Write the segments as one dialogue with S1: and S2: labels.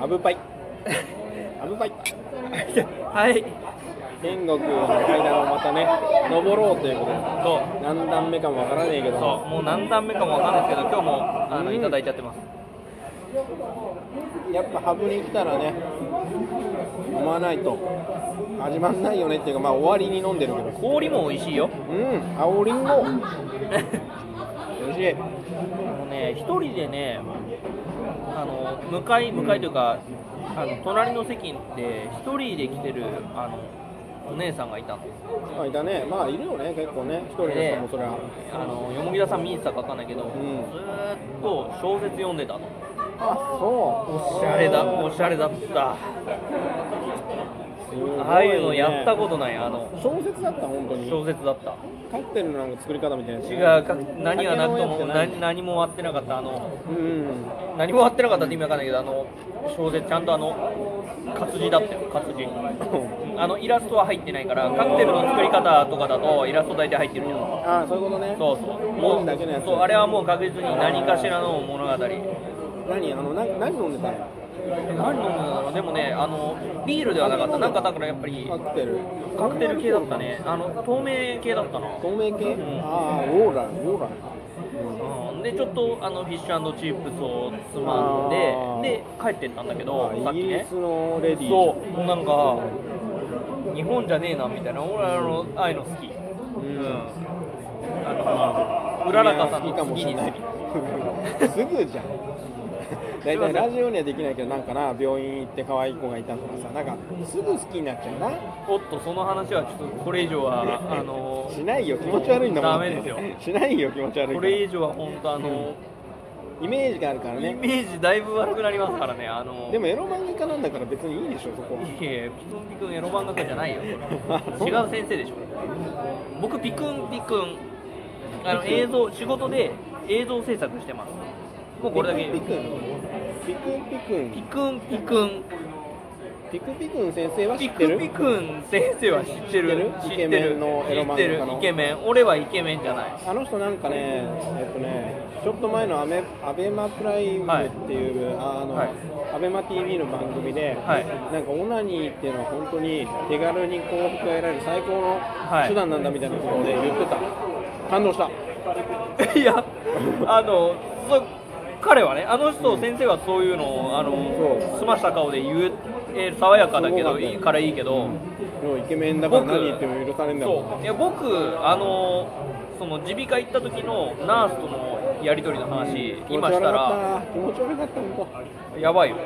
S1: アブパイ。アブパイ。
S2: はい
S1: 天国の階段をまたね、登ろうということで、
S2: そう
S1: 何段目かもわからねえけど、
S2: そうもう何段目かもわかんないですけど今日もあの
S1: うん
S2: いただいちゃってます
S1: やっぱハブに来たらね、飲まないと始まんないよねっていうか、まあ終わりに飲んでるけど、
S2: 氷も美味しい
S1: う
S2: よ
S1: ん、青りん ご、美味しい。
S2: もうね一人でねあの向かい向かいというか、あの隣の席で一人で来てるあのお姉さんがいたんですよ
S1: あいたね、まあいるよね、結構ね、一人の人もそれは。
S2: あのよもぎださん見に行ってたかわかんないけど、
S1: ん
S2: ずーっと小説読んでたの
S1: あ、そう。
S2: おしゃれだおしゃれだった
S1: すごいね
S2: ああいうのやったことないあの
S1: 小説だった本当に
S2: 小説だった
S1: カクテルのなんか作り方みたいなやつ
S2: 違うか何はなくとも何何も割ってなかったあの
S1: うん
S2: 何も割ってなかったって意味わかんないけどあの小説ちゃんとあの活字だったよ活字あのイラストは入ってないからカクテルの作り方とかだとイラスト大体入ってるじゃん
S1: ああそういうことね
S2: そうそう
S1: 本だけのやつ
S2: そうあれはもう確実に何かしらの物語何
S1: 何
S2: 飲んで
S1: あのな何飲んでたの
S2: たのでもねあのビールではなかったなんかだからやっぱり
S1: カクテル
S2: カクテル系だったねあの透明系だったの
S1: 透明系、
S2: ん
S1: ああオーラオーラ
S2: うんでちょっとあのフィッシュチップスをつまんで
S1: あー
S2: で帰ってったんだ
S1: あ
S2: けど
S1: ー
S2: さ
S1: イ
S2: っ
S1: ギ
S2: き
S1: リ
S2: ね
S1: スのレディー
S2: そうもうなんか日本じゃねえなみたいな俺あのああいうの好きうんあのうららかさんの
S1: 君は好きかも
S2: 次
S1: し
S2: に
S1: れ
S2: 好
S1: ない
S2: き
S1: すぐ じゃん大体ラジオにはできないけどなんかな病院行って可愛い子がいたとかさなんかすぐ好きになっちゃうな
S2: おっとその話はちょっとこれ以上はあの
S1: しないよ気持ち悪いんだもん
S2: ダメですよ
S1: しないよ気持ち悪い
S2: こ
S1: から
S2: れ以上は本当あの
S1: イメージがあるから
S2: イ
S1: ね
S2: メージだいぶ悪くなりますからねあの
S1: でもエロ漫画家なんだから別にいいでしょそこはい
S2: やいやピクンピクンエロ漫画家じゃないよそれ違う先生でしょ僕ピクンピクンあの映像仕事で映像制作してますもうこれだけ
S1: ピクピクンピク
S2: ピ
S1: ン
S2: クンピクン
S1: ピクピクン先生は知
S2: ピ
S1: ってる
S2: クピクン先生は知ってる
S1: 知ってるイケメンのエロ漫
S2: 知
S1: 画
S2: って
S1: 家
S2: る
S1: の
S2: イケメン俺はイケメンじゃない
S1: あの人なんかねえっとねちょっと前のアメアベマプライムっていう、あの、
S2: はい
S1: アベマ TV の番組で、
S2: はい
S1: なんかオナニーっていうのは本当に手軽に幸福が得られる最高の
S2: い
S1: 手段なんだみたいなことで言ってた、感動した
S2: い や、あの、そ彼はね、あの人、先生はそういうのを、あ
S1: そ
S2: の、澄ました顔で言う、えー爽やかだけ
S1: すごかっ
S2: ど、
S1: たよ
S2: いいからいいけど、
S1: もうイケメンだから
S2: 僕、
S1: 何言っても許されんだもん
S2: そう、いや、僕、あの、その耳鼻科行った時のナースとのやり取りの話、今したら、
S1: 気持ち悪かった気持ち悪かった本当
S2: やばいよ。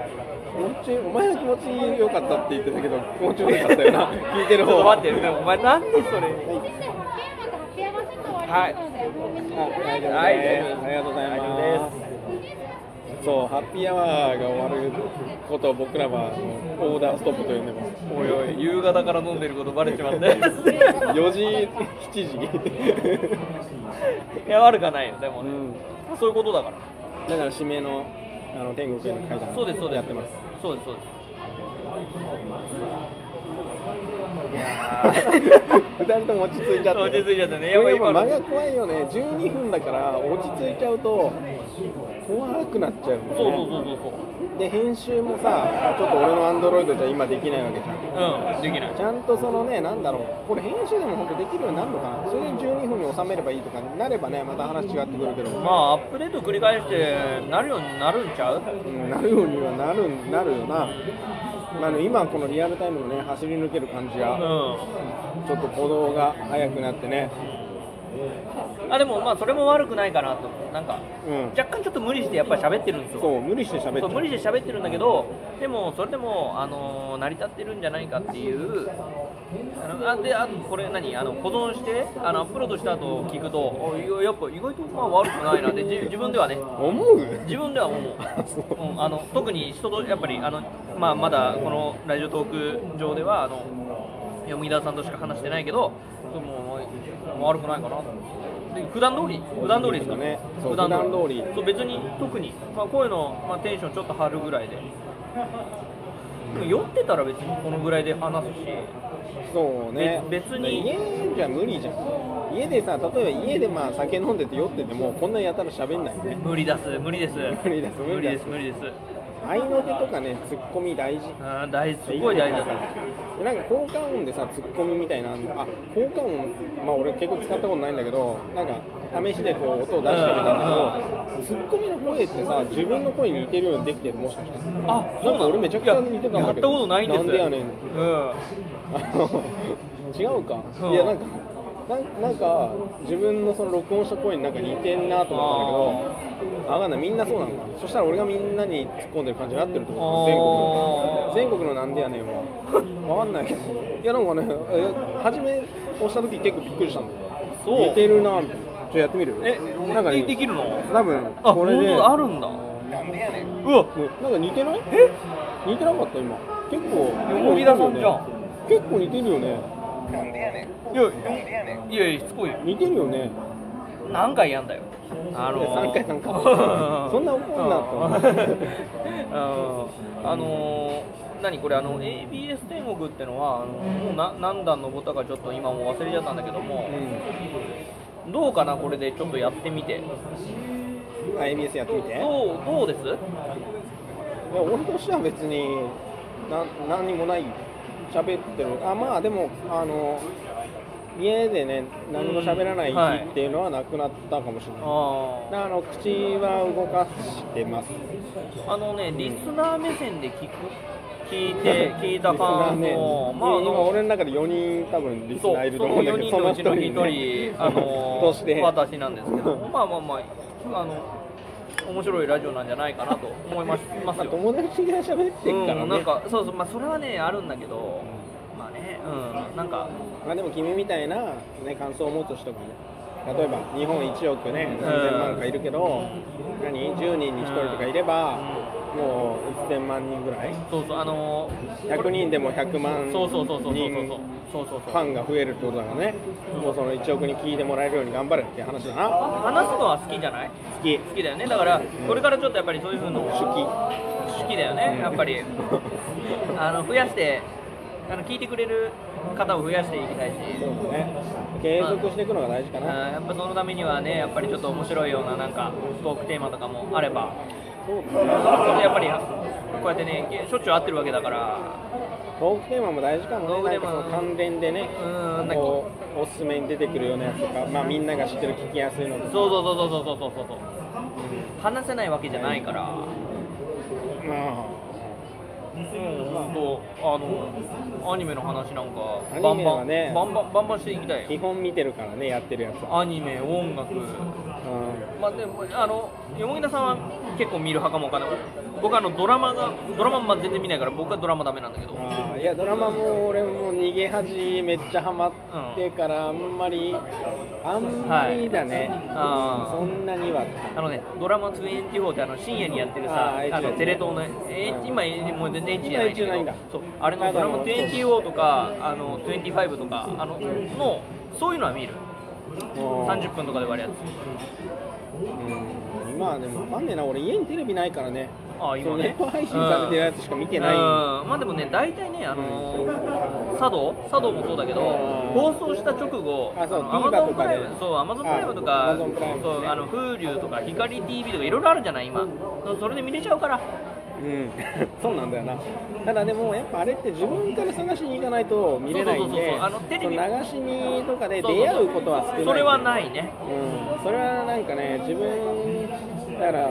S1: 気持ちお前の気持ち良かったって言ってたけど気持ち悪かったよな 聞いて
S2: ちょ
S1: る
S2: っと
S1: 方
S2: 待って、でもお前、なんでそれ。
S3: 先生、保険枠800%割引なので、多めに
S1: あ大丈夫です、
S2: はい大丈夫です
S1: ありがとうござい
S2: 大丈
S1: ますそうハッピーアワーが終わることを僕らはあのオーダーストップと呼んでます
S2: おいおい、夕方から飲んでることバレちまっ たよ
S1: 4時7時
S2: いや、悪くはないよ、でも
S1: う
S2: ね。
S1: ん
S2: そういうことだから。
S1: だから締めのあの天国への階段
S2: そうですそうです
S1: や ってます
S2: そうですそうです
S1: 2人とも落ち着いちゃって
S2: 落ち着いちゃったね
S1: や
S2: やばい
S1: でも
S2: 今の
S1: 間が怖いよね12分だから落ち着いちゃうと怖くなっちゃうんだ
S2: そうそ
S1: よ
S2: う
S1: ね
S2: そうそうそう
S1: で編集もさちょっと俺のアンドロイドじゃ今できないわけじゃん
S2: うんできない
S1: ちゃんとそのね、なんだろう、これ編集でも本当できるようになるのかな、それで12分に収めればいいとかなればね、また話違ってくるけど、
S2: まあアップデート繰り返してなるようになるんちゃう
S1: うん、なるようにはなるなるよな、まあ、あの今、このリアルタイムのね、走り抜ける感じ
S2: う
S1: が、
S2: ん
S1: ちょっと鼓動が速くなってね、
S2: あでもまあそれも悪くないかなと思うなんか
S1: うん、
S2: 若干ちょっと無理してやっぱり喋ってるんですよ
S1: そう、無理して喋っち
S2: そ
S1: ゃ
S2: う無
S1: う。
S2: 理して喋ってるんだけどでもそれでもあのー成り立ってるんじゃないかっていうあのあであとこれ何あの保存してあのアップロードした後聞くとおいややっぱ意外とまあ悪くないなってじ自分ではね
S1: 思う
S2: 自分で は思う、うん、あの特に人とやっぱりあの、まあ、まだこのラジオトーク上ではあの読田さんとしか話してないけどでもまあ悪くないかなで普段通り普段通りですか
S1: ねそう普段通り
S2: そう別に特に、まあ、こういうの、まあ、テンションちょっと張るぐらいででも酔ってたら別にこのぐらいで話すし
S1: そうね
S2: べ別に
S1: 家じゃ無理じゃん家でさ例えば家でまあ酒飲んでて酔っててもこんなやたら喋んないよね
S2: 無理です無理です
S1: 無理です無
S2: 無
S1: 理
S2: 理
S1: で
S2: ですす無理です
S1: 合いの手とかねツッコミ大事
S2: うん大事すごい大事だ
S1: でなんか効果音でさツッコミみたいなあ効果音まあ俺結構使ったことないんだけどなんか試しでこう音を出してみたんだけどツッコミの声ってさ自分の声に似てるようにできてるもしかして
S2: あ
S1: そうなの俺めちゃくちゃ似てたんだけど
S2: ややったことないんです
S1: なんでやねん
S2: うん
S1: あの違うか、
S2: うん
S1: いやなんかなんなんか自分のその録音した声になんか似てんなと思ったんだけどあわかんないみんなそうなのかなそしたら俺がみんなに突っ込んでる感じになってると思
S2: あー
S1: う全国の全国のなんでやねんは わかんないけどいやなんかねえ初め押した時結構びっくりしたんだよ
S2: そう
S1: 似てるなみたいなちょっとやってみる
S2: え
S1: なんかね
S2: でできるの
S1: 多分
S2: あ
S1: これで
S2: 本当だあるんだうわ
S1: ねなんか似てないえ似てなかった今結構
S2: 横木田さんじゃん
S1: 結構似てるよね
S2: いやいやいやしつこいよ
S1: 似てるよね
S2: 何回やんだよあ
S1: 3回3回 そんな怒んなと思って
S2: とあのー何これあの ABS 天国ってのはあのもうな何段登ったかちょっと今もう忘れちゃったんだけども、どうかなこれでちょっとやってみて
S1: うん、あ ABS やってみていや
S2: どうどうです
S1: 俺としては別にな何にもない喋ってるあまあでもあの家でね何も喋らない
S2: うんはい
S1: 日っていうのはなくなったかもしれない、
S2: あ
S1: だからあの口は動かしてます
S2: あのねリスナー目線で聞く聞い て聞いた感
S1: リスナー
S2: 想
S1: ね
S2: まああ
S1: 今
S2: の
S1: 俺の中で4人多分リス
S2: そう
S1: ナーいると
S2: そ
S1: 思
S2: の
S1: うんだ
S2: 4
S1: けど
S2: 人のうちの
S1: 一人
S2: 1人、あ の
S1: として
S2: 私なんです けど、まあまあまあ、あの面白いラジオなんじゃないかなと思いますます
S1: まあ、
S2: よ。
S1: 友達が喋ってっからね、
S2: うん、なんかそうそう、まあ、それはね、あるんだけど、まあね、うん、なんか、
S1: まあ、でも君みたいな、ね、感想を持つ人がね例えば日本1億ね
S2: うん
S1: 何千万かいるけど、何10人に1人とかいれば、もう1000万人ぐらい
S2: そうそう、あの
S1: 100人でも100万人
S2: そうそうそうそうそうそうそうそう
S1: フ
S2: そう
S1: ァンが増えるってことだからねもうその1億に聞いてもらえるように頑張るっていう話だな
S2: 話すのは好きじゃない
S1: 好き
S2: 好きだよね、だから、これからちょっとやっぱりそういうふうの
S1: 好き
S2: 好きだよね、やっぱり。あの増やしてあの聞いてくれる方を増やしていきたいし、
S1: そうだね継続していくのが大事か
S2: うん
S1: な、
S2: やっぱそのためにはね、やっぱりちょっと面白いようななんかトークテーマとかもあれば、
S1: そうだね
S2: やっぱりこうやってね、しょっちゅう会ってるわけだから、
S1: トークテーマも大事かも
S2: トー
S1: ね
S2: クテ
S1: なん
S2: ー
S1: か
S2: マ
S1: その関連でね
S2: うんなんか
S1: こうおすすめに出てくるようなやつとか、まあ、みんなが知ってる聞きやすいのとか
S2: そうそうそうそうそうそうそうそう、話せないわけじゃないから、
S1: ま
S2: うん、本当あのアニメの話なんか
S1: アニメ
S2: バンバ
S1: は
S2: ン、
S1: ね
S2: バンバンバンバンしていきた
S1: あ
S2: いよ。
S1: 基本見てるからねやってるやつは、
S2: アニメ、音楽、
S1: う
S2: まあ、でもあの山田さんは結構見る派かもわかんない僕はあのドラマがドラマまあ全然見ないから僕はドラマダメなんだけど
S1: ん、あーいやドラマも俺も逃げ恥めっちゃハマってからあんまりあんまりだね、
S2: あ
S1: そんなには
S2: ーあのねドラマ24ってあの深夜にやってる
S1: あ
S2: さあ
S1: ー
S2: の
S1: H
S2: テレ東の、え
S1: うん
S2: 今もう全然 H じゃな
S1: 今
S2: いんだけ
S1: H じゃないんだ
S2: どそうあれのドラマ24とかあの25とかあののそういうのは見る
S1: もう
S2: 30分とかで割るや
S1: うん今はでもわかんねえな俺家にテレビないからね
S2: あー今ね
S1: そのネット配信されてるやつしか見
S2: つ
S1: てない、
S2: うんまあでもね大体ねあのー佐渡佐渡もそうだけど
S1: うん
S2: 放送した直後
S1: あそう
S2: の
S1: TVer と
S2: Amazon プ
S1: か
S2: ラ
S1: で
S2: イムそうアマゾンプライムとか
S1: あ Amazon プライムね
S2: そうあの Hulu とか光 TV とかいろいろあるじゃない今そうそれで見れちゃうから
S1: うん、そうなんだよなただでもやっぱあれって自分から探しに行かないと見れないん
S2: そうそうそう
S1: で
S2: そうあのテレビ
S1: その流し見とかで出会うことは少ない
S2: それはないね
S1: うん、それはなんかね自分だから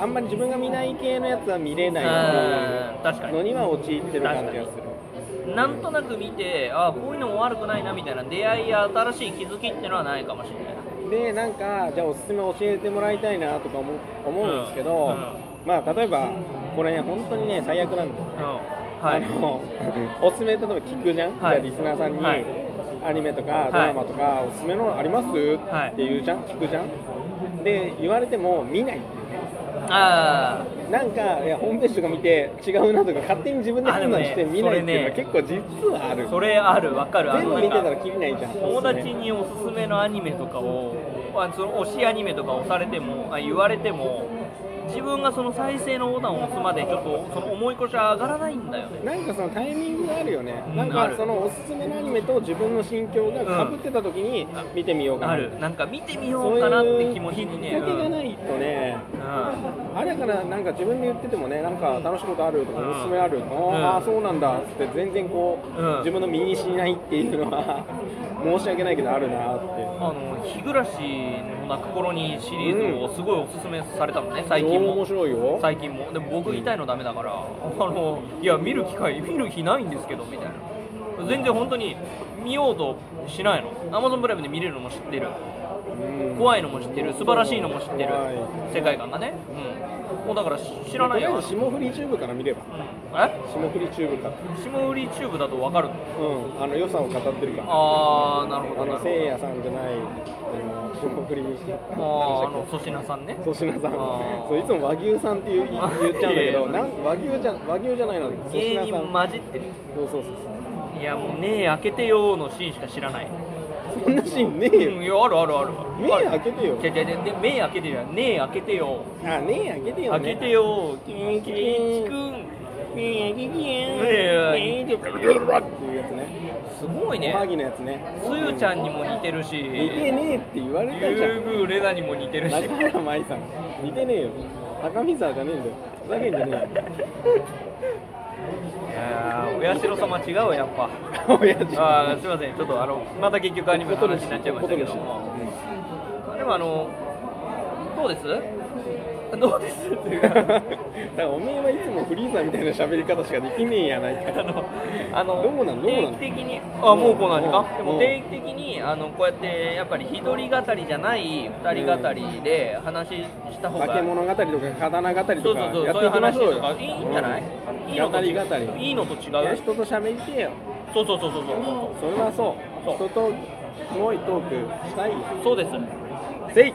S1: あんまり自分が見ない系のやつは見れない
S2: うん確か
S1: の
S2: に
S1: には陥ってる感じがする
S2: なんとなく見てあこういうのも悪くないなみたいな出会いや新しい気づきってのはないかもしれない
S1: でなんかじゃあおすすめ教えてもらいたいなとか思う思うんですけど、
S2: うんうん
S1: まあ例えばこれね本当にね最悪なんだよ
S2: うんは
S1: あ
S2: い
S1: のおすすめ例えば聞くじゃん、
S2: はい
S1: じゃあリスナーさんに、
S2: はい
S1: アニメとかドラマとか、おすすめのあります、
S2: はい
S1: って言うじゃん聞くじゃんで言われても見ない
S2: あ
S1: なんかいやホームページとか見て違うなとか勝手に自分で判断して
S2: あでもね
S1: 見ないっていうの
S2: それ
S1: は
S2: ね
S1: 結構実はある
S2: あそれあるわかるあ
S1: 全部
S2: のな
S1: 見
S2: ん
S1: てた
S2: から
S1: きりないじゃん
S2: 友達におすすめのアニメとかを、あ、その推しアニメとか押されてもあ言われても自分がその再生のボタンを押すまでちょっとその重い腰は上がらないんだよね
S1: なんかそのタイミングがあるよね、
S2: うん
S1: なん
S2: あ
S1: か
S2: る
S1: そのおすすめのアニメと自分の心境がかぶってた時に見てみようかな、
S2: あるなんか見てみようかなって気持ちに
S1: そ
S2: ね
S1: ういうきっかけがないとね、
S2: うん
S1: あれからなんか自分で言っててもね、なんか楽しいことあるとか、
S2: うん
S1: おすすめある、
S2: ん
S1: ああ、そうなんだっつって、全然こう、
S2: うん
S1: 自分の身にしないっていうのは、 申し訳ないけど、あるなって。
S2: あの日暮らしの泣く頃にシリーズをすごいおすすめされたのね最近
S1: 超面
S2: も
S1: 白いよ。
S2: 最近もでも僕痛いのダメだからあのいや見る機会見る日ないんですけどみたいな全然本当に見ようとしないの Amazon プライムで見れるのも知ってる
S1: うん
S2: 怖いのも知ってる素晴らしいのも知ってる
S1: はい
S2: 世界観がねうんもうだから知ら
S1: と
S2: ない
S1: りあ
S2: よ
S1: えず霜降りチューブから見れば
S2: え
S1: 霜降りチューブから
S2: 霜降りチューブだと分かるの
S1: うんあの良さを語ってるから
S2: ああなるほ
S1: あ
S2: どなる
S1: の
S2: ほど
S1: せいやさんじゃないあの霜降りにして
S2: あーあの粗品さんね
S1: 粗品さん
S2: あー
S1: そういつも和牛さんっていう言っちゃうんだけど
S2: いやいや
S1: なん和牛じゃ和牛じゃないの粗
S2: 芸
S1: 品
S2: 人
S1: さん
S2: 混じってる
S1: そうそうそうそ
S2: いやもうねえ開けてよーのシーンしか知らない、
S1: うそんなシーンね
S2: う
S1: えよ
S2: ん、いやあるあるある
S1: 目
S2: あ
S1: 開
S2: る
S1: けてよ
S2: じゃじゃじゃで目開けてるやんねえ開けてよ
S1: あねえ開けてよ
S2: 開
S1: ね
S2: けてよ
S1: キ
S2: キ
S1: ン
S2: ン
S1: キ
S2: キ
S1: ン
S2: ンチくん
S1: ねえ開けてよ
S2: やい
S1: ねえっていうやつね
S2: すごい
S1: お
S2: ね
S1: はぎのやつね
S2: つゆちゃんにも似てるしリ
S1: 似てねえって言われたじゃん
S2: ュウグウレナにも似てるし
S1: 中原舞さん似てねえよ高見沢じゃねえんだよふざけんじゃね
S2: いやーおやしろ様違うわやっぱ
S1: えよ親父
S2: あーすいませんちょっとあのまた結局アニメの話になっちゃいましたけどもでもあのどうですどうですっていう
S1: だ
S2: か
S1: からおめえはいつもフリーザみたいな喋り方しかできねえやないか
S2: あの、あの
S1: どうなんどうなん
S2: 定期的に、あ、もうこんな時間
S1: うん。
S2: で
S1: うん
S2: も定期的に、あの、こうやって、やっぱり一人語りじゃない、二人語りで話した方が。
S1: 化け物語とか刀語
S2: そ
S1: と
S2: う
S1: か
S2: そうそう、
S1: や
S2: そ
S1: っていきま
S2: ういう話
S1: しょう
S2: と
S1: よ
S2: か、いいいいんじゃない。いいの
S1: 語
S2: と
S1: り語
S2: 違う。
S1: り
S2: いいのと違
S1: いや
S2: う。
S1: 人と喋りてえよ
S2: そうそうそうそうそう。
S1: それはそう
S2: そ
S1: 人
S2: う
S1: とすごいトークしたいよ
S2: そうです。
S1: せい